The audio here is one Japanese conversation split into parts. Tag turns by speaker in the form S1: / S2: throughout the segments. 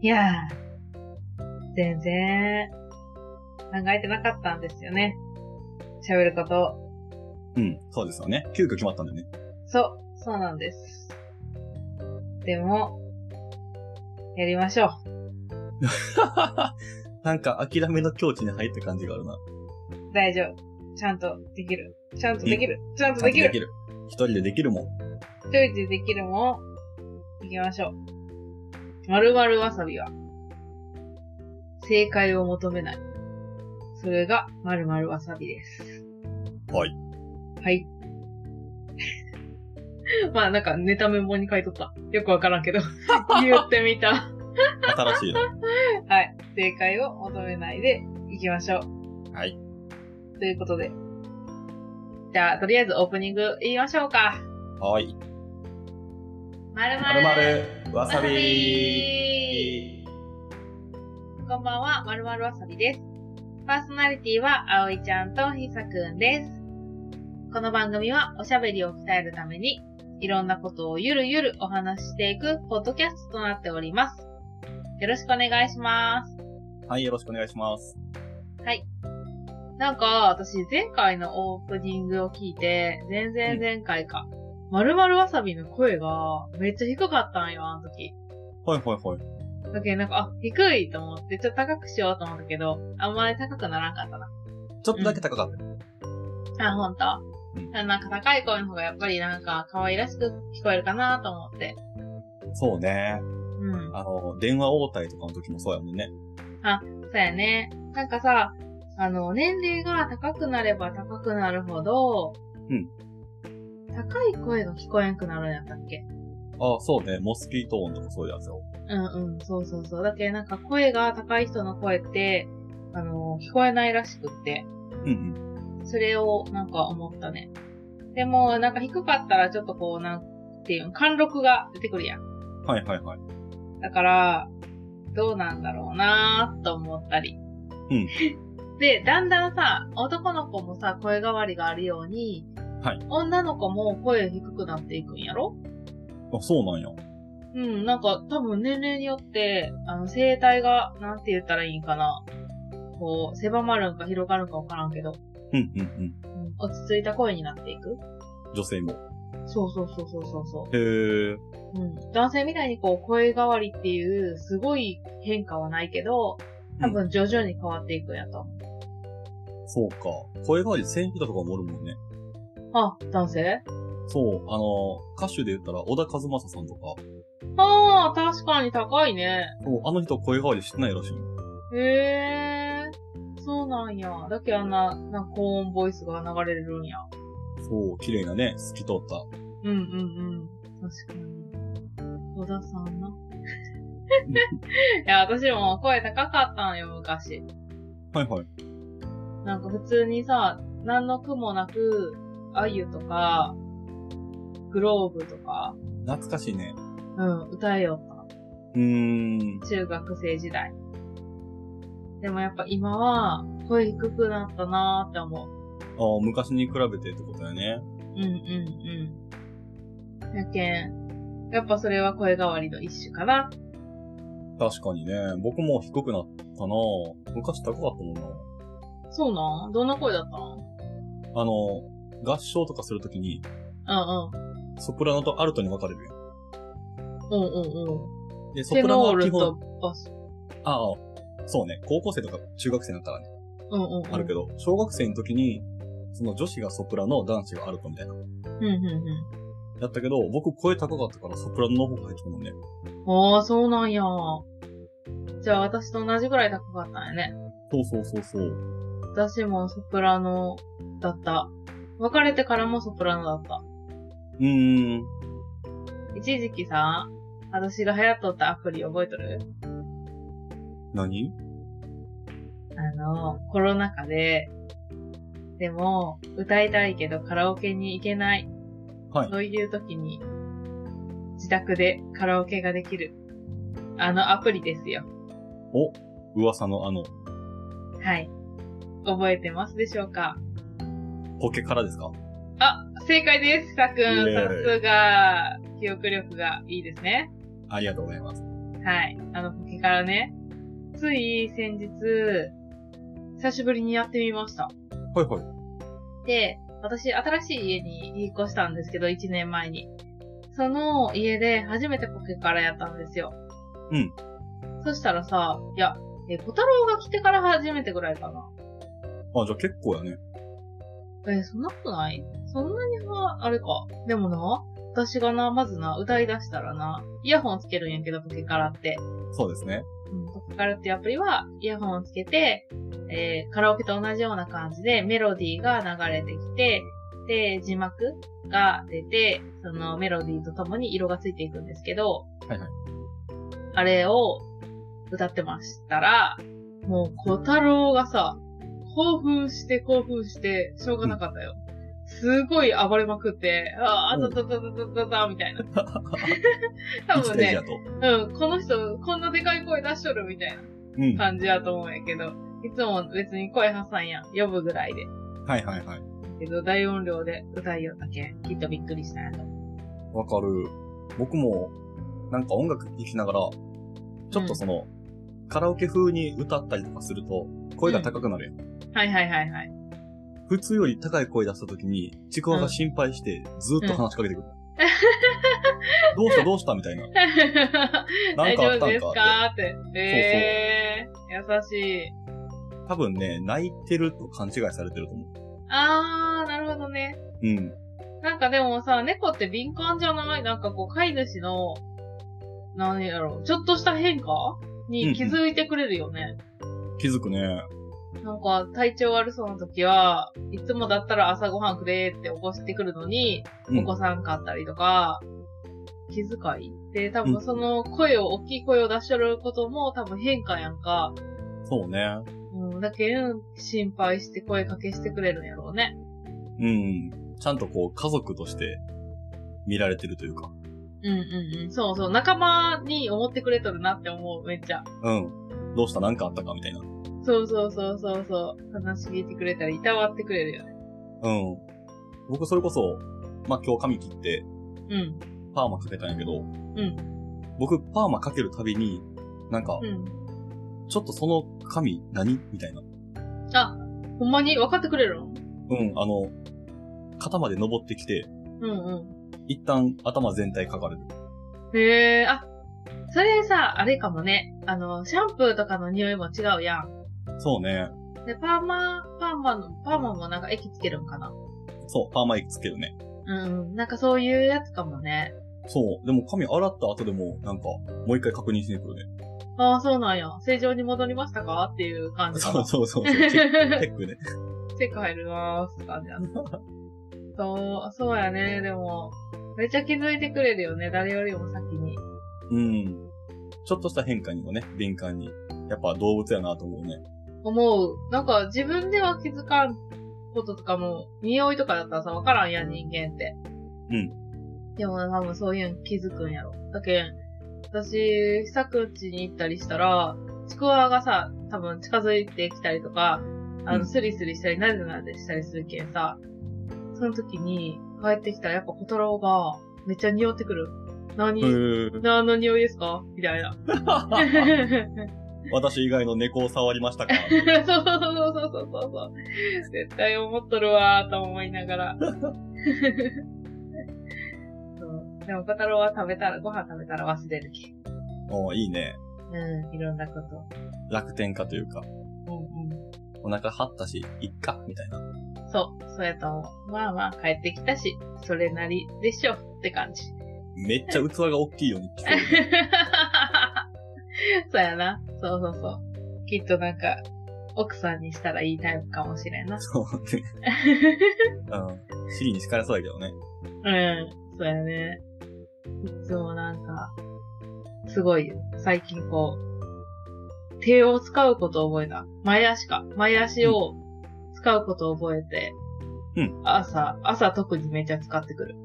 S1: いやー、全然、考えてなかったんですよね。喋ること。
S2: うん、そうですよね。急遽決まったんだよね。
S1: そう、そうなんです。でも、やりましょう。
S2: なんか諦めの境地に入った感じがあるな。
S1: 大丈夫。ちゃんとできる。ちゃんとできる。ちゃんとでき
S2: で
S1: る。
S2: きる。一人でできるもん。
S1: 一人でできるもん、行きましょう。〇〇わさびは、正解を求めない。それが〇〇わさびです。
S2: はい。
S1: はい。 まあなんかネタメモに書いとった。よくわからん けど。言ってみた。
S2: 新しいの。
S1: はい。正解を求めないで行きましょう。
S2: はい。
S1: ということで。じゃあ、とりあえずオープニング言いましょうか。
S2: はーい。
S1: まる
S2: ま
S1: まる
S2: るわさび
S1: こんばんは、まるまるわさびです。パーソナリティは、あおいちゃんとひさくんです。この番組は、おしゃべりを鍛えるために、いろんなことをゆるゆるお話ししていく、ポッドキャストとなっております。よろしくお願いします。
S2: はい、よろしくお願いします。
S1: なんか、私、前回のオープニングを聞いて、全然前回か、まるまるわさびの声が、めっちゃ低かったんよ、あの時。
S2: はいはいはい。
S1: だけどなんか、あ、低いと思って、ちょっと高くしようと思ったけど、あんまり高くならんかったな。
S2: ちょっとだけ高かった。
S1: あ、ほんと
S2: うん。
S1: なんか高い声の方がやっぱりなんか可愛らしく聞こえるかなと思って。
S2: そうね。
S1: うん。
S2: あの、電話応対とかの時もそうやもんね。
S1: そうやね。なんかさ、あの、年齢が高くなれば高くなるほど、
S2: うん。
S1: 高い声が聞こえんくなるんやったっけ
S2: ああ、そうね。モスキート音とかそういうやつよ。
S1: うんうん、そうそうそう。だけどなんか声が高い人の声って、あの、聞こえないらしくって。
S2: うん
S1: それをなんか思ったね。でも、なんか低かったらちょっとこう、なんていうの、貫禄が出てくるやん。
S2: うん。はいはいはい。
S1: だから、どうなんだろうなーと思ったり。
S2: うん
S1: で、だんだんさ、男の子もさ、声変わりがあるように、
S2: はい
S1: 女の子も声低くなっていくんやろ
S2: あ、そうなんや。
S1: うん、なんか多分年齢によって、あの、声帯が、なんて言ったらいいんかな。こう、狭まるんか広がるんかわからんけど、
S2: うんうんうん。
S1: うん落ち着いた声になっていく。
S2: 女性も。
S1: そうそうそうそうそうそう。
S2: へえ。
S1: うん、男性みたいにこう声変わりっていうすごい変化はないけど、多分徐々に変わっていくんやと。
S2: そうか。声変わり選手だとかもおるもんね。
S1: あ、男性
S2: そう、あの、歌手で言ったら、小田和正さんとか、
S1: ああ、確かに高いね。
S2: そうあの人声変わりしてないらしいの。
S1: へえ、そうなんや。だけどあんな、なんか高音ボイスが流れるんや。
S2: そう、綺麗なね、透き通った。
S1: うんうんうん。確かに。小田さんな。 いや、私も声高かったんよ、昔。
S2: はいはい。
S1: なんか普通にさ、何の苦もなく、あゆとか、グローブとか、
S2: 懐かしいね。
S1: うん、歌えよっ
S2: うーん。
S1: た。中学生時代。でもやっぱ今は、声低くなったなーって思う。
S2: ああ、昔に比べてってことだよね。
S1: うんうんうん。やけん。やっぱそれは声変わりの一種かな。
S2: 確かにね、僕も低くなったな昔高かったもんな
S1: そうなんどんな声だったん
S2: あの、合唱とかするときに、
S1: うん
S2: ソプラノとアルトに分かれるや
S1: うん。うんうんうん。
S2: ん。で、ソ
S1: テ
S2: プラノ
S1: ノー
S2: は基
S1: ル
S2: 本
S1: と、バス。
S2: ああ、そうね、高校生とか中学生になったらね、
S1: うんうん、うん。
S2: あるけ
S1: ど。
S2: ど、小学生の時に、その女子がソプラノ、男子がアルトみたいな。
S1: うんうんうん。
S2: やったけど、僕声高かったからソプラノの方が入ってたもんね。
S1: ああ、そうなんや。じゃあ私と同じぐらい高かったんやね。
S2: そうそうそうそう。
S1: 私もソプラノだった。別れてからもソプラノだった。
S2: うーん。
S1: 一時期さ、私が流行っとったアプリ覚えとる
S2: 何
S1: あの、コロナ禍で、でも、歌いたいけどカラオケに行けない。
S2: はい
S1: そういう時に、自宅でカラオケができる。あのアプリですよ。
S2: お噂のあの、
S1: はい。覚えてますでしょうか
S2: ポケからですか
S1: 正解です、さく
S2: イエ
S1: ん。
S2: ーイ
S1: さすが、記憶力がいいですね。
S2: ありがとうございます。
S1: はい。あの、ポケからね、つい先日、久しぶりにやってみました。
S2: はいはい。
S1: で、私、新しい家に引っ越したんですけど、1年前に。その家で初めてポケからやったんですよ。
S2: うん。
S1: そしたらさ、いや、え、小太郎が来てから初めてぐらいかな。
S2: あ、じゃあ結構やね。
S1: え、そんなことないそんなには、あれか。でもな、私がな、まずな、歌い出したらな、イヤホンつけるんやけど、ポケカラって。
S2: そうですね。
S1: うん、ポケカラっていうアプリは、イヤホンをつけて、えーカラオケと同じような感じで、メロディーが流れてきて、で、字幕が出て、そのメロディーとともに色がついていくんですけど、
S2: はいはい
S1: あれを歌ってましたら、もう、小太郎がさ、興奮して興奮して、しょうがなかったよ。すごい暴れまくって、あーあ、
S2: うん
S1: たたたたたたた、みたい な。 多分
S2: 一大事
S1: ね
S2: や、と。
S1: うん、この人、こんなでかい声出しとるみたい
S2: うん。
S1: な感じやと思うんやけど、いつも別に声挟んやん、呼ぶぐらいで。
S2: はいはいはい。
S1: けど、大音量で歌いよったけん、きっとびっくりしたんやと思う。
S2: わかる。僕も、なんか音楽聴きながら、ちょっとその、カラオケ風に歌ったりとかすると、声が高くなるやん。
S1: はいはいはいはい。
S2: 普通より高い声出した時に、ちくわが心配して、ずーっと話しかけてくる。どうしたどうしたみたいな。 な
S1: 大
S2: んかあ
S1: 丈
S2: った
S1: 夫
S2: ん
S1: です
S2: かって。
S1: かって。えー、優しい。
S2: 多分ね、泣いてると勘違いされてると思う。
S1: あー、なるほどね。
S2: うん。
S1: なんかでもさ、猫って敏感じゃないなんかこう、飼い主の、何やろう、ちょっとした変化に気づいてくれるよね。
S2: 気づくね。
S1: なんか、体調悪そうな時は、いつもだったら朝ごはんくれって起こしてくるのに、
S2: う
S1: お
S2: ん。
S1: 子さんかったりとか、気遣いで、多
S2: うん
S1: 分その声を、大きい声を出しとることも多分変化やんか。
S2: そうね。
S1: うん、だけん、心配して声かけしてくれるんやろうね。
S2: うん。ちゃんとこう、家族として見られてるというか。
S1: うんうんうん。そうそう。仲間に思ってくれとるなって思う、めっちゃ。
S2: うん。どうしたなんかあったかみたいな。
S1: そうそうそうそうそう。話聞いてくれたり、いたわってくれるよね。
S2: うん。僕それこそ、まあ、今日髪切って、
S1: うん。
S2: パーマかけたんやけど、
S1: ん
S2: 僕、パーマかけるたびに、なんか、
S1: うん。
S2: ちょっとその髪何、みたいな。
S1: ほんまに分かってくれるの
S2: うん、あの、肩まで登ってきて、
S1: うんうん。
S2: 一旦頭全体かかれる。
S1: へえ、あ、それさ、あれかもね。あの、シャンプーとかの匂いも違うやん。
S2: そうね。
S1: で、パーマ、パーマの、パーマもなんか液つけるんかな。
S2: そう、パーマ液つけるね。
S1: うんうん。なんかそういうやつかもね。
S2: そう。でも髪洗った後でも、なんか、もう一回確認しに来るね。
S1: ああ、そうなんや。正常に戻りましたかっていう感じか
S2: そう
S1: な。
S2: そ うそうそう。チェックチェックね。
S1: チェック入りまーすって感じやな。そう、そうやね。でも、めっちゃ気づいてくれるよね。誰よりも先に。
S2: うん。ちょっとした変化にもね、敏感に。やっぱ動物やなと思うね。
S1: 思う。なんか自分では気づかんこととかも、匂いとかだったらさ、わからんやん、人間って。
S2: うん。
S1: でも多分そういうの気づくんやろ。だけん、私、久くんちに行ったりしたら、ちくわがさ、多分近づいてきたりとか、あ
S2: う
S1: の、
S2: ん
S1: スリスリしたり、なでなでしたりするけんさ、その時に帰ってきたらやっぱ小太郎がめっちゃ匂ってくる。何、
S2: へー
S1: 何の匂いですかみたい な。
S2: 私以外の猫を触りましたか
S1: そうそうそうそうそうそうそう。絶対思っとるわーと思いながら。 そうでも、小太郎は食べたら、ご飯食べたら忘れるけ。
S2: おーいいね。
S1: うん、いろんなこと。
S2: 楽天化というか、
S1: うんう
S2: お腹張ったし、いっか、みたいな。
S1: ん。そう、そうやと思う。まあまあ、帰ってきたし、それなりでしょって感じ。
S2: めっちゃ器が大きいように聞こえる。
S1: そうやな。そうそうそう。きっとなんか、奥さんにしたらいいタイプかもしれんな。
S2: そうね。うん。シリに叱られそうやけどね。
S1: うん、そうやね。いつもなんか、すごいよ、最近こう、手を使うことを覚えた。前足か。前足を使うことを覚えて、
S2: うん
S1: 朝、朝特にめっちゃ使ってくる。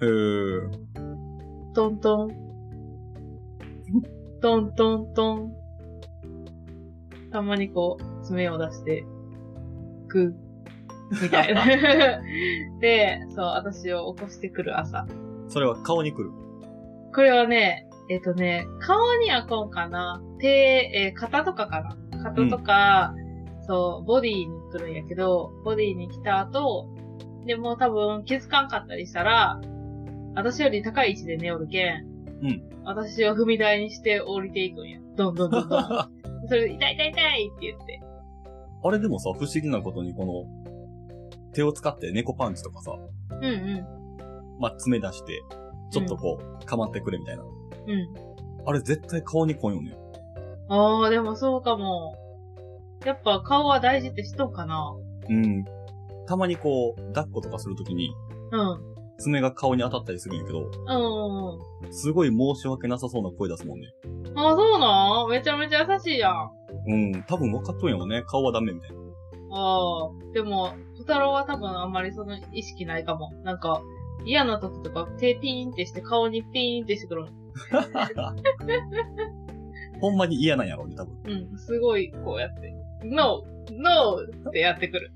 S2: へー。
S1: トントン。トントントン。たまにこう、爪を出して、グー。みた いな。で、そう、私を起こしてくる朝。
S2: それは顔に来る。
S1: これはね、えっとね、顔にはこうかな。手、えー肩とかかな。肩とか、そう、ボディに来るんやけど、ボディに来た後、でもう多分気づかんかったりしたら、私より高い位置で寝おるけん。
S2: うん
S1: 私を踏み台にして降りていくんや。どんどんどんどん。 それで、痛い痛い痛いって言って。
S2: あれでもさ、不思議なことにこの、手を使って猫パンチとかさ、
S1: うんう
S2: まあ、爪出して、ちょっとこう、かまってくれみたいな。
S1: ん。うん。
S2: あれ絶対顔に来んよね。
S1: ああ、でもそうかも。やっぱ顔は大事って人かな。
S2: うん。たまにこう、抱っことかするときに、
S1: うん。
S2: 爪が顔に当たったりするんやけど、
S1: うんうん。
S2: すごい申し訳なさそうな声出すもんね。
S1: あ、そうなんめちゃめちゃ優しいやん。あ
S2: うん、多分分かっとんやろね。顔はダメみたいな。
S1: あ。でも、小太郎は多分あんまりその意識ないかも。なんか、嫌な時とか手ピーンってして顔にピーンってしてくる。
S2: ほんまに嫌なんやろね、多分。
S1: うん。すごい、こうやって。ノーノーってやってくる。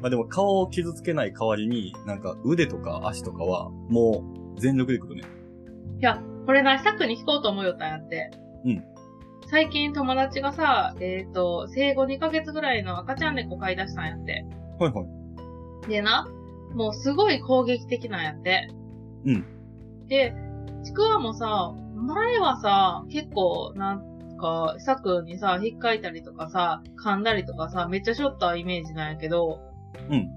S2: まあでも顔を傷つけない代わりに、なんか腕とか足とかは、もう、全力で来るね。
S1: いや、これな、さっくに聞こうと思うよったんやって。
S2: うん。
S1: 最近友達がさ、えっ、と、生後2ヶ月ぐらいの赤ちゃん猫飼い出したんやって。
S2: はいはい。
S1: でな、もうすごい攻撃的なんやって。。
S2: うん
S1: で、ちくわもさ、前はさ、結構なんか、さくにさ、引っかいたりとかさ、噛んだりとかさ、めっちゃしょったイメージなんやけど、
S2: うん。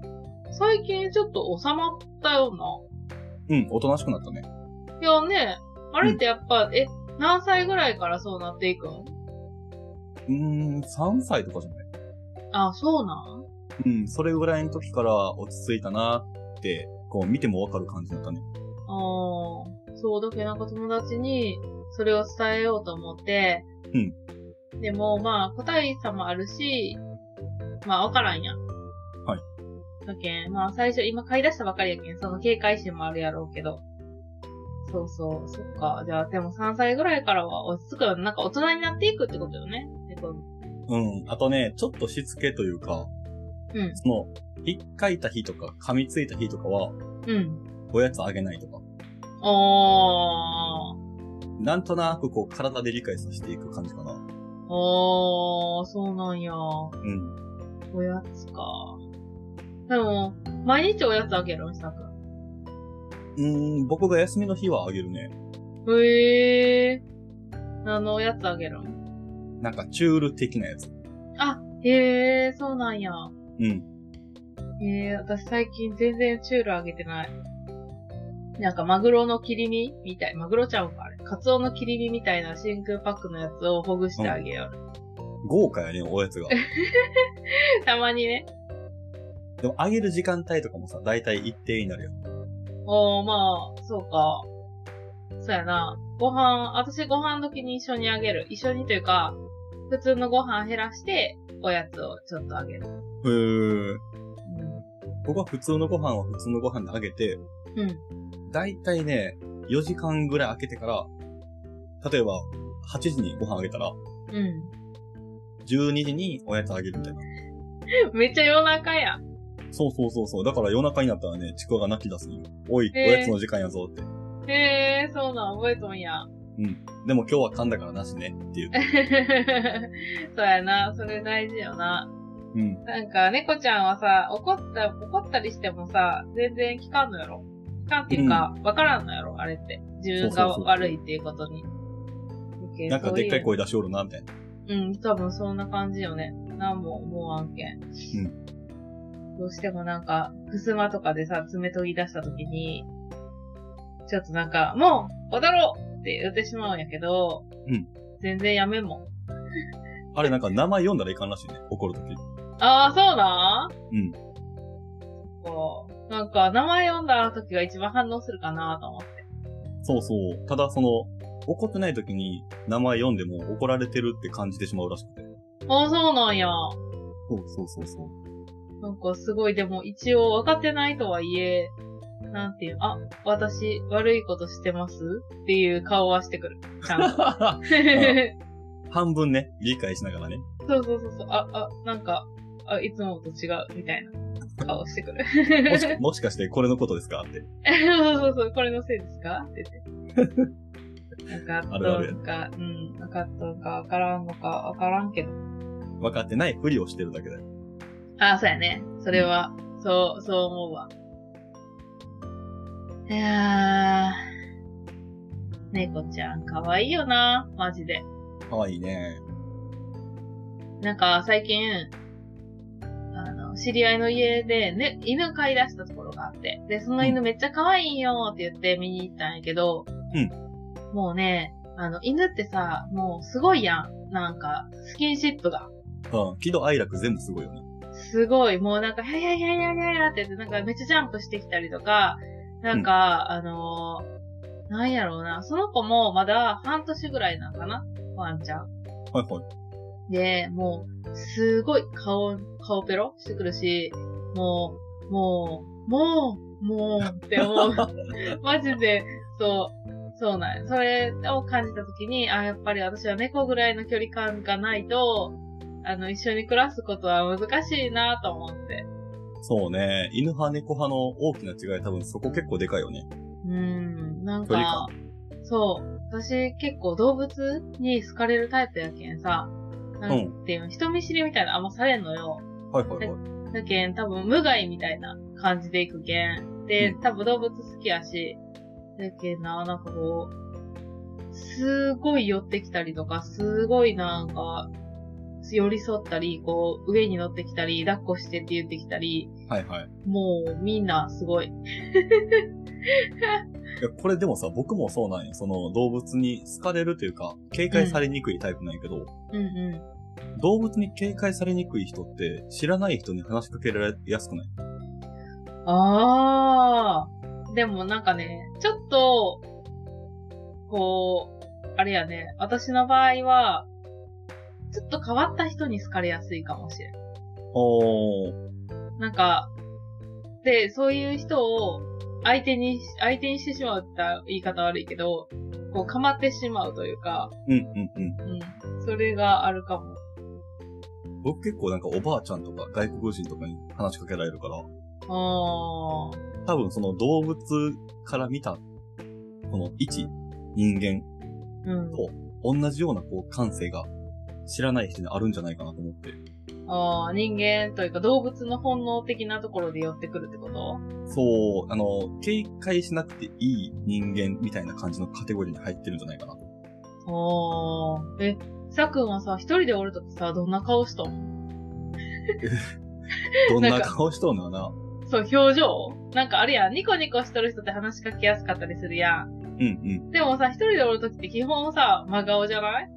S1: 最近ちょっと収まったよう
S2: うん、おとなしくなったね。
S1: な。いやね、あれってやっぱ、え、何歳ぐらいからそうなっていくん
S2: うーん、3歳とかじゃない
S1: あ、そうなん
S2: うん、それぐらいの時から落ち着いたなって、こう見てもわかる感じだったね。
S1: あーそう、だけどなんか友達にそれを伝えようと思って、でもまあ答え差もあるし、まあわからんやん。
S2: はい。
S1: だけん、まあ最初今買い出したばかりやけん、その警戒心もあるやろうけど。そうそう、そっか。じゃあでも3歳ぐらいからは落ち着くよね。なんか大人になっていくってことよね。猫
S2: うん、あとね、ちょっとしつけというか、
S1: うん、
S2: その、ひっかいた日とか噛みついた日とかは、
S1: うん。
S2: おやつあげないとか、
S1: あー。
S2: なんとなくこう体で理解させていく感じかな。
S1: あー、そうなんや。
S2: うん。
S1: おやつか。でも、毎日おやつあげるみさく
S2: うーん、僕が休みの日はあげるね。
S1: ん。へえ。ー。何のおやつあげるん
S2: なんかチュール的なやつ。
S1: へえ、ー、そうなんや。
S2: うん。
S1: へえ、ー、私最近全然チュールあげてない。なんかマグロの切り身みたい。マグロちゃうんかあれ。カツオの切り身みたいな真空パックのやつをほぐしてあげよう。
S2: 豪華やね、おやつが。
S1: たまにね。
S2: でもあげる時間帯とかもさ、だいたい一定になるよ。
S1: おー、まあ、そうか。そうやな。ご飯、私ご飯時に一緒にあげる。一緒にというか、普通のご飯減らして、おやつをちょっとあげる。
S2: へー。僕は普通のご飯は普通のご飯であげて、
S1: うん。
S2: だいたいね、4時間ぐらい空けてから、例えば、8時にご飯あげたら、
S1: うん。
S2: 12時におやつあげるみたいな。
S1: うん。めっちゃ夜中やん。
S2: そうそうそうそう。だから夜中になったらね、ちくわが泣き出すのよおい、
S1: へー
S2: おやつの時間やぞって。
S1: へえ、そうなん、覚えとんや。
S2: でも今日は噛んだからなしねっていう。
S1: そうやな、それ大事よな。
S2: うん。
S1: なんか、猫ちゃんはさ、怒った、怒ったりしてもさ、全然聞かんのやろ。聞かんっていうか、わからんのやろ、あれって。自分が
S2: そうそうそう
S1: 悪いっていうことに。
S2: なんかでっかい声出しおるな、みたいな。
S1: うん、多分そんな感じよね。なんも思わんけん。どうしてもなんか、ふすまとかでさ、爪研ぎ出したときに、ちょっとなんか、もう、踊ろうって言ってしまうんやけど、
S2: うん
S1: 全然やめんもん。
S2: あれなんか名前読んだらいかんらしいね、怒るとき。
S1: ああ、そうなん
S2: うん。
S1: こう、なんか、名前読んだ時が一番反応するかなと思って。
S2: そうそう。ただその、怒ってないときに名前読んでも怒られてるって感じてしまうらしくて。
S1: ああ、そうなんや。
S2: そうそうそ うそう。
S1: なんか、すごい、でも、一応、分かってないとはいえ、なんていう、あ、私、悪いことしてますっていう顔はしてくる。ち ゃんと。
S2: 半分ね、理解しながらね。
S1: そうそうそうそう、あ、あ、なんか、あ、いつもと違う、みたいな顔してくる。
S2: もしもしかしてこれのことですかって。
S1: そうそうそう、これのせいですかって言って。分かった
S2: あるある
S1: のか、うん、分かったのか分からんのか分からんけど。
S2: 分かってないふりをしてるだけだよ。
S1: ああ、そうやね。それは、そう、そう思うわ。いやー。猫ちゃん、可愛いよな。マジで。
S2: かわいいね。
S1: なんか、最近、あの、知り合いの家で、ね、犬飼い出したところがあって、で、その犬めっちゃ可愛いよって言って見に行ったんやけど、
S2: うん
S1: もうね、あの、犬ってさ、もうすごいやん。なんか、スキンシップが。
S2: うん。喜怒哀楽全部すごいよね。
S1: すごい、もうなんか、へやへやへやへやってやって、なんかめっちゃジャンプしてきたりとか、なんか、あのーなんやろうな、その子もまだ半年ぐらいなんかな、ワンちゃん。
S2: はいはい。
S1: で、もう、すごい顔、顔ペロしてくるし、もう、もう、もう、もうって思う。マジで、そう、そうなんやそれを感じたときに、あ、やっぱり私は猫ぐらいの距離感がないと、あの、一緒に暮らすことは難しいなと思って。
S2: そうね。犬派、猫派の大きな違い多分そこ結構でかいよね。
S1: うん、なん
S2: 距離
S1: か、そう、私結構動物に好かれるタイプやけんさ、なんていうの、人見知りみたいなあんまされんのよ。
S2: はいはいはい。
S1: だけん、多分無害みたいな感じでいくけん。で
S2: う、
S1: 多分動物好きやし、だけんな、なんかこう、すごい寄ってきたりとか、すごいなんか、寄り添ったり、こう、上に乗ってきたり、抱っこしてって言ってきたり、
S2: はいはい。
S1: もうみんなすごい。
S2: いや、これでもさ、僕もそうなんよ。その動物に好かれるというか、警戒されにくいタイプなんやけど、
S1: うんうん。
S2: 動物に警戒されにくい人って、知らない人に話しかけられやすくない
S1: ああ。でもなんかね、ちょっと、こう、あれやね、私の場合は、ちょっと変わった人に好かれやすいかもしれん。
S2: おー。
S1: なんか、で、そういう人を相手にし、相手にしてしまうって言ったら言い方悪いけど、こう、かまってしまうというか、
S2: うんうんうん。
S1: うん。それがあるかも。
S2: 僕結構なんかおばあちゃんとか外国人とかに話しかけられるから、
S1: ああ。
S2: 多分その動物から見た、この一人間、
S1: うん。
S2: 同じようなこう感性が知らない人にあるんじゃないかなと思って。
S1: ああ、人間というか動物の本能的なところで寄ってくるってこと
S2: そう、あの、警戒しなくていい人間みたいな感じのカテゴリーに入ってるんじゃないかなと。
S1: ああ。え、さくんはさ、一人でおるときさ、どんな顔しとん
S2: どん
S1: なん
S2: な
S1: か
S2: 顔しとんのかな
S1: そう、表情なんかあれやん、ニコニコしとる人って話しかけやすかったりするやん。
S2: うんうん。
S1: でもさ、一人でおるときって基本さ、真顔じゃない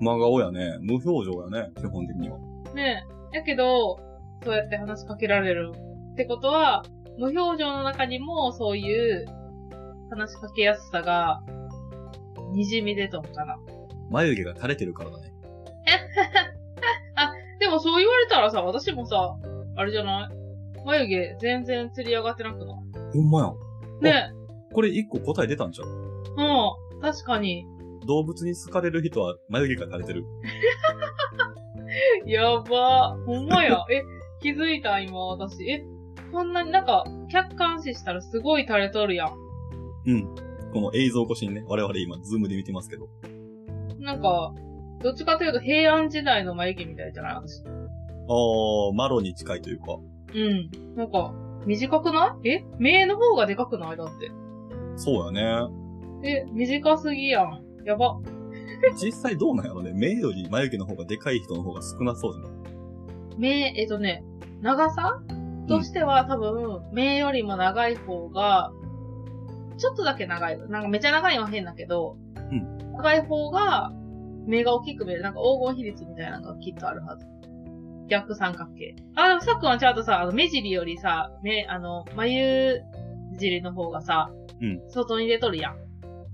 S2: 真顔やね。無表情やね。基本的には。
S1: ねえ。やけど、そうやって話しかけられる。ってことは、無表情の中にもそういう話しかけやすさが、滲み出とんかな。
S2: 眉毛が垂れてるからだね。
S1: でもそう言われたらさ、私もさ、あれじゃない眉毛全然釣り上がってなくない
S2: ほんまや。
S1: ねえ。
S2: これ一個答え出たんちゃう
S1: うん、確かに。
S2: 動物に好かれる人は眉毛が垂れてる。
S1: やば。ほんまや。え、気づいた今私。え、こんなになんか、客観視したらすごい垂れとるやん。
S2: うん。この映像越しにね、我々今ズームで見てますけど。
S1: なんか、どっちかというと平安時代の眉毛みたいじゃない私。
S2: あー、マロに近いというか。
S1: うん。なんか、短くないえ目の方がでかくないだって。
S2: そうやね。
S1: え、短すぎやん。やば。
S2: 実際どうなんやろね。目より眉毛の方がでかい人の方が少なそうじゃない
S1: 目、えっとね、長さとしては多分、目よりも長い方が、ちょっとだけ長い。なんかめちゃ長いのは変だけど、
S2: う
S1: 長い方が、目が大きく見える。なんか黄金比率みたいなのがきっとあるはず。逆三角形。あ、でもさっくんはちゃんとさ、あの目尻よりさ、目、あの、眉尻の方がさ、
S2: うん
S1: 外に出とるやん。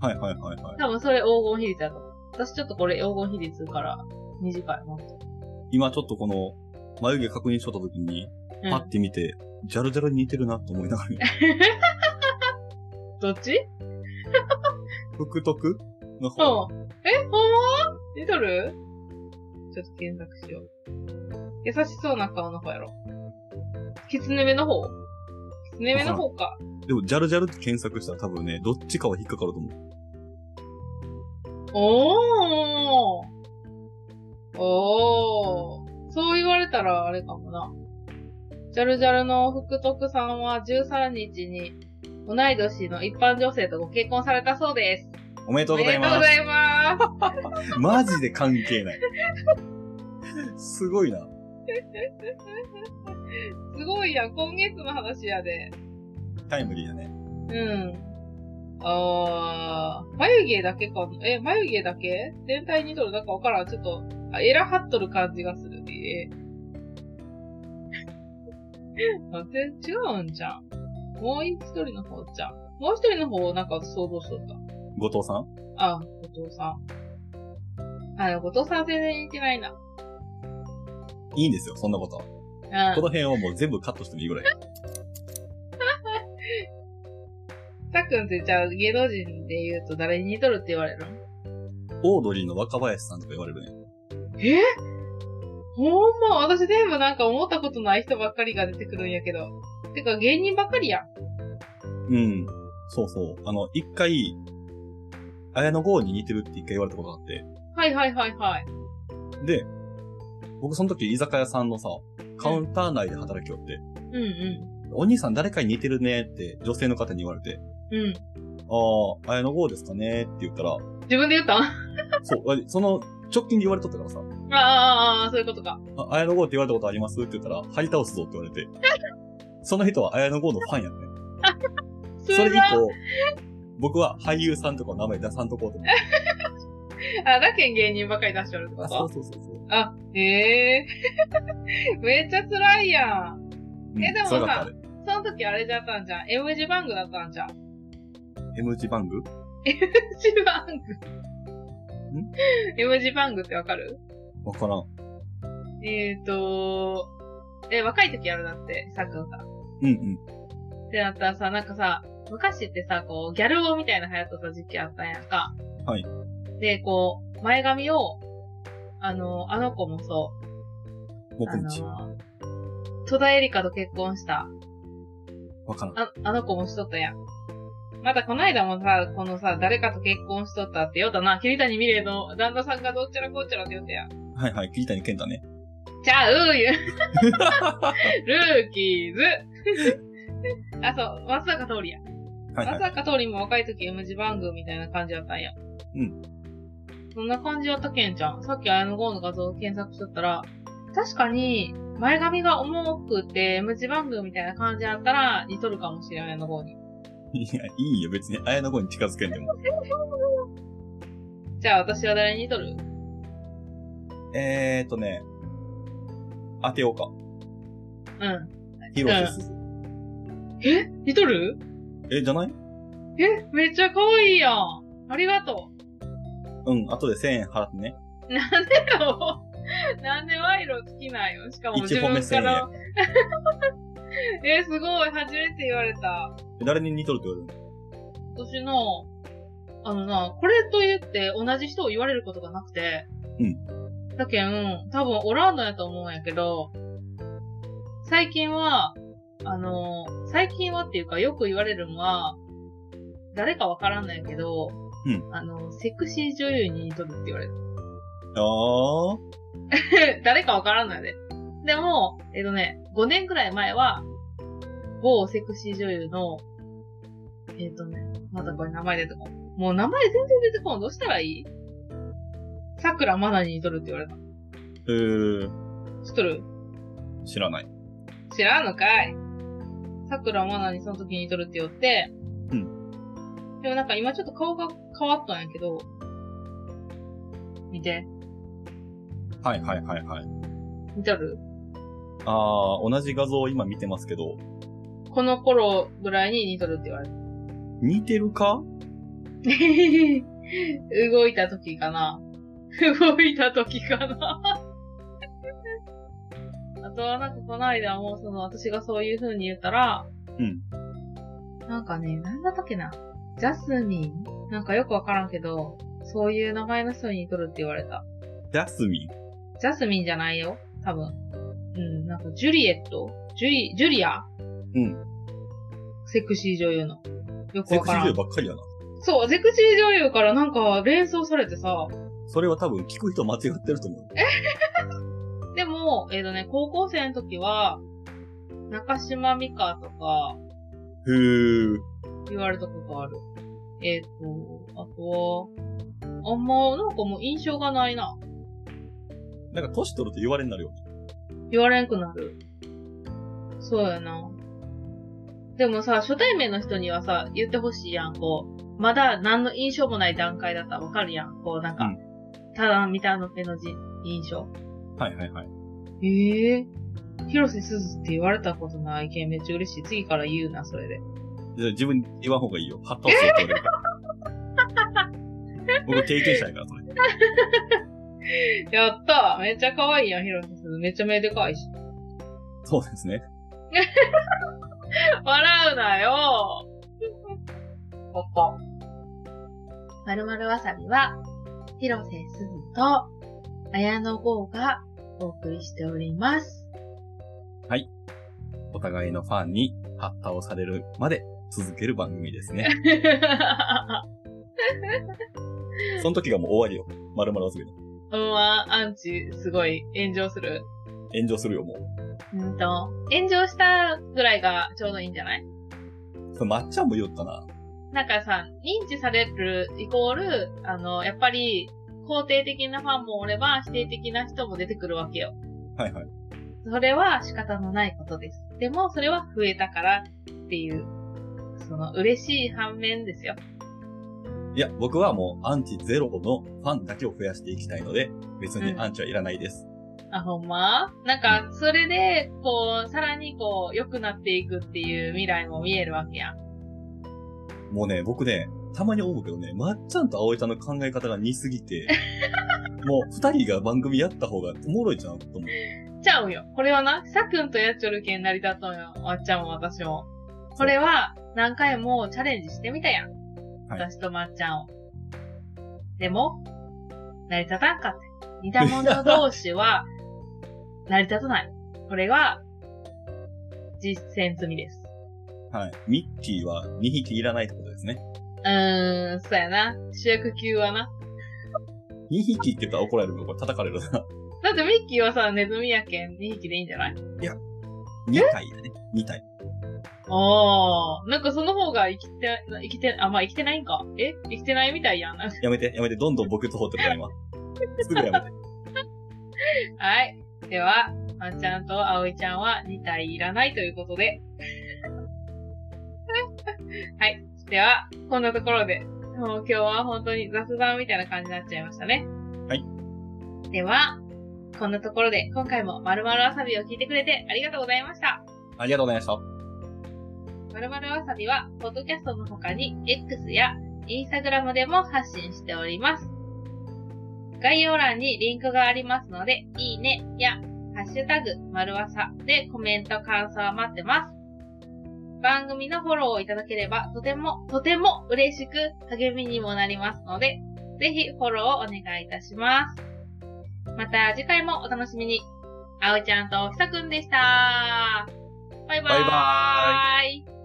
S2: はいはいはいはい。
S1: 多分それ黄金比率だと思う。私ちょっとこれ黄金比率から短いもん。
S2: 今ちょっとこの、眉毛確認しとった時に、
S1: うん
S2: パッて見て、ジャルジャルに似てるなと思いながら見た、
S1: どっち
S2: 福徳の方。
S1: そう。え、ほんま出とるちょっと検索しよう。優しそうな顔の方やろ。きつね目の方きつね目の方か。
S2: でも、ジャルジャルって検索したら多分ね、どっちかは引っかかると思う。
S1: おーおーそう言われたらあれかもな。ジャルジャルの福徳さんは13日に同い年の一般女性とご結婚されたそうです。
S2: おめでと
S1: お
S2: うご
S1: め
S2: ざ
S1: で
S2: い
S1: とうご
S2: ま
S1: ざいます。
S2: す。マジで関係ない。すごいな。
S1: すごいやん、今月の話やで。
S2: タイムリーだ
S1: う
S2: ね。
S1: ん。あー、眉毛だけかなえ、眉毛だけ全体にとるなんかわからん。ちょっと、あエラ張っとる感じがする。えーあ全違うんじゃん。もう一人の方じゃん。もう一人の方をなんか想像しとった。
S2: 後藤さん
S1: あ、後藤さん。あ、後藤さん全然似てないな。
S2: いいんですよ、そんなことは。こ
S1: う
S2: の
S1: ん。
S2: 辺をもう全部カットしてもいいぐらい。
S1: さっくんってじゃあ芸能人で言うと誰に似とるって言われるの
S2: オードリーの若林さんとか言われるね。
S1: えほんま、私全部なんか思ったことない人ばっかりが出てくるんやけど。てか芸人ばっかりやん。
S2: うん。そうそう。あの、一回、綾野剛に似てるって一回言われたことがあって。
S1: はいはいはいはい。
S2: で、僕その時居酒屋さんのさ、カウンター内で働きよって、
S1: うんう
S2: お兄さん誰かに似てるねって女性の方に言われて、
S1: ん。うん。
S2: ああ、綾野剛ですかねって言ったら、
S1: 自分で言ったん あ
S2: そう、あその直近で言われとったからさ、
S1: あああああ、そういうことか。
S2: あ綾野剛って言われたことありますって言ったら、張り倒すぞって言われて、その人は綾野剛のファンやね。
S1: そ
S2: それ
S1: れ
S2: 以
S1: な。
S2: 降、僕は俳優さんとかの名前出さんとこうと思って。
S1: あ、だけん芸人ばっかり出しとるってこ
S2: あ、そ
S1: と
S2: うそうそうそう。
S1: あ、へえ。 めっちゃ辛いやん。
S2: うん
S1: えでもさ
S2: 辛かったね
S1: その時あれだったんじゃん。M 字バングだったんじゃん。M
S2: M 字バング
S1: 字バング。M 字バングってわかる
S2: わからん。
S1: えーとえ、若い時やるだって、さっくんさん。
S2: うんうん。
S1: ってなったらさ、なんかさ、昔ってさ、こう、ギャル語みたいな流行っとった時期あったんやんか。
S2: はい。
S1: で、こう、前髪を、あの、あの子もそう、
S2: 僕
S1: あ
S2: んち。
S1: の、戸田恵梨香と結婚した、
S2: わからん。
S1: あ、あの子もしとったやん。またこの間もさ、このさ、誰かと結婚しとったって言おったな、桐谷美玲の旦那さんがどっちゃらこっちゃらって言ったやん。
S2: はいはい、桐谷健太ね。
S1: ちゃうよ。 ルーキーズ。 あ、そう、松坂通りや。
S2: はいは
S1: ま
S2: い。
S1: さか通りも若い時 M 字番組みたいな感じだったんや。
S2: うん。
S1: そんな感じやったけんちゃん。さっき綾野剛の画像を検索しとったら、確かに前髪が重くて M 字番組みたいな感じやったら似とるかもしれん、綾野剛に。
S2: いや、いいよ、別に綾野剛に近づけんでも。
S1: じゃあ私は誰に似とる
S2: えーとね、当てようか。
S1: うん。
S2: 広瀬すず。
S1: え似とる
S2: え、じゃない
S1: えめっちゃ可愛いやん。ありがとう。
S2: うん、後で1000円払ってね。
S1: なんでよ。なんで賄賂尽きないよ。しかも自
S2: 1本目
S1: 分
S2: 1000
S1: から。
S2: 円。
S1: え、すごい。初めて言われた。
S2: 誰に似とるって言われる
S1: 私の、あのな、これと言って同じ人を言われることがなくて。うん。だけん、多分オランダやと思うんやけど、最近は、あの、最近はっていうかよく言われるのは、誰かわからんないけど、
S2: うん
S1: あの、セクシー女優に似とるって言われる。
S2: のあー。
S1: 誰かわからんないで。でも、えっとね、5年くらい前は、某セクシー女優の、えっ、とね、またこれ名前出てこん。もう名前全然出てこん。どうしたらいい桜まなに似とるって言われた。
S2: えー、
S1: 知っとる
S2: 知らない。
S1: 知らんのかい桜まなにその時に似とるって言って、。
S2: うん
S1: でもなんか今ちょっと顔が変わったんやけど、見て、
S2: はいはいはいはい。
S1: 似とる
S2: あー、同じ画像を今見てますけど、
S1: この頃ぐらいに似とるって言われた。
S2: 似てるか
S1: 動いた時かな。動いた時かな。 あとはなんかこの間もうその私がそういう風に言ったら、
S2: うん。
S1: なんかね、なんだったっけな。ジャスミンなんかよくわからんけど、そういう名前の人に似とるって言われた。
S2: ジャスミン。
S1: ジャスミンじゃないよ。多分。うん、なんかジュリエットジュリ、ジュリア
S2: うん。
S1: セクシー女優の。よく
S2: セ
S1: わ
S2: クシ
S1: から
S2: ー女優
S1: ん。
S2: ばっかりやな。
S1: そう、ゼクチー女優からなんか連想されてさ、
S2: それは多分聞く人間違ってると思う。
S1: でも、えっ、とね、高校生の時は、中島美香とか
S2: へー。
S1: 言われたことある。えっ、と、あとは、あんま、なんかもう印象がないな。
S2: なんか年取ると言われになるよね。
S1: 言われんくなる。そうやな。でもさ、初対面の人にはさ、言ってほしいやん、こう。まだ何の印象もない段階だったらわかるやん、こう、なんか、
S2: うん
S1: ただ見た目の手のじ印象。
S2: はいはいはい。
S1: ええ広瀬すずって言われたことないけん、めっちゃ嬉しい。次から言うな、それで。
S2: じゃあ自分に言わん方がいいよ。発動するって言われ るから。僕経験したいから、それ。
S1: やっためっちゃ可愛いやん、広瀬すず。めっちゃ目でかいし。
S2: そうですね。
S1: 笑うなよここ。まるまるわさびは、広瀬すずと、綾野剛がお送りしております。
S2: お互いのファンに発動されるまで続ける番組ですね。 その時がもう終わりよ。まるまる遊びの。
S1: うんわ、アンチ、すごい、炎上する。
S2: 炎上するよ、もう。
S1: うんと、炎上したぐらいがちょうどいいんじゃない
S2: それまっちゃんも言おったな。
S1: なんかさ、認知されるイコール、あの、やっぱり、肯定的なファンもおれば、否定的な人も出てくるわけよ。
S2: はいはい。
S1: それは仕方のないことです。でも、それは増えたからっていう、その、嬉しい反面ですよ。
S2: いや、僕はもうアンチゼロのファンだけを増やしていきたいので、別に
S1: うん
S2: アンチはいらないです。
S1: あ、ほんまなんか、それで、こう、さらにこう、良くなっていくっていう未来も見えるわけやん。
S2: もうね、僕ね、たまに思うけどね、まっちゃんと葵ちゃんの考え方が似すぎて、 もう二人が番組やった方がおもろいじゃんと思う。
S1: ちゃうよ。これはな、さっくんとやっちょるけん成り立っとんよ。わっちゃんも私も。これは、何回もチャレンジしてみたやん。
S2: はい
S1: 私とまっちゃんを。でも、成り立たんかった。似た者同士は、成り立たない。これは、実践済みです。
S2: はい。ミッキーは2匹いらないってことですね。
S1: うーん、そうやな。主役級はな。
S2: 2匹って言ったら怒られるのこれ叩かれるな。
S1: だってミッキーはさ、ネズミやけん2匹でいいんじゃない
S2: 2体だね。2体。
S1: おー、なんかその方が生きて、生きて、あ、まあ生きてないんか。え生きてないみたいやん。
S2: やめて、やめて、どんどん僕と掘ってるから今。すぐやめて。
S1: はい。では、まんちゃんとあおいちゃんは2体いらないということで。 はい。では、こんなところで、もう今日は本当に雑談みたいな感じになっちゃいましたね。
S2: はい。
S1: では、こんなところで、今回もまるまるわさびを聞いてくれてありがとうございました。
S2: ありがとうございました。
S1: まるまるわさびは、ポッドキャストの他に、X や Instagram でも発信しております。概要欄にリンクがありますので、いいねや、ハッシュタグ、まるわさでコメント、感想を待ってます。番組のフォローをいただければ、とても、とても嬉しく励みにもなりますので、ぜひフォローをお願いいたします。また次回もお楽しみに。あおちゃんとひさくんでした。バイバーイ。
S2: バイバ
S1: イ